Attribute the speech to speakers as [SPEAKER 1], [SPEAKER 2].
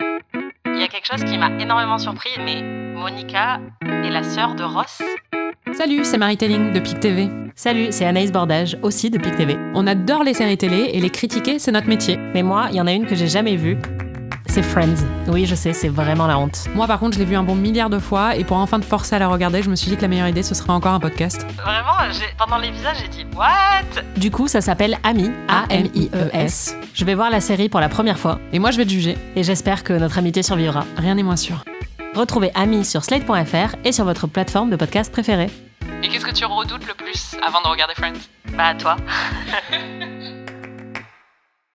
[SPEAKER 1] y a quelque chose qui m'a énormément surpris, mais Monica est la sœur de Ross.
[SPEAKER 2] Salut, c'est Marie Telling de PIC TV.
[SPEAKER 3] Salut, c'est Anaïs Bordage, aussi de PIC TV.
[SPEAKER 2] On adore les séries télé et les critiquer, c'est notre métier.
[SPEAKER 3] Mais moi, il y en a une que j'ai jamais vue. C'est Friends. Oui, je sais, c'est vraiment la honte.
[SPEAKER 2] Moi, par contre, je l'ai vu un bon milliard de fois et pour enfin te forcer à la regarder, je me suis dit que la meilleure idée, ce serait encore un podcast.
[SPEAKER 1] Vraiment, j'ai- pendant l'épisode, j'ai dit What
[SPEAKER 3] Du coup, ça s'appelle Ami, E A-M-I-E-S. Je vais voir la série pour la première fois
[SPEAKER 2] Et moi, je vais te juger.
[SPEAKER 3] et j'espère que notre amitié survivra.
[SPEAKER 2] Rien n'est moins sûr.
[SPEAKER 3] Retrouvez Ami sur slate.fr et sur votre plateforme de podcast préférée.
[SPEAKER 4] Et qu'est-ce que tu redoutes le plus avant de regarder Friends
[SPEAKER 1] Bah, toi.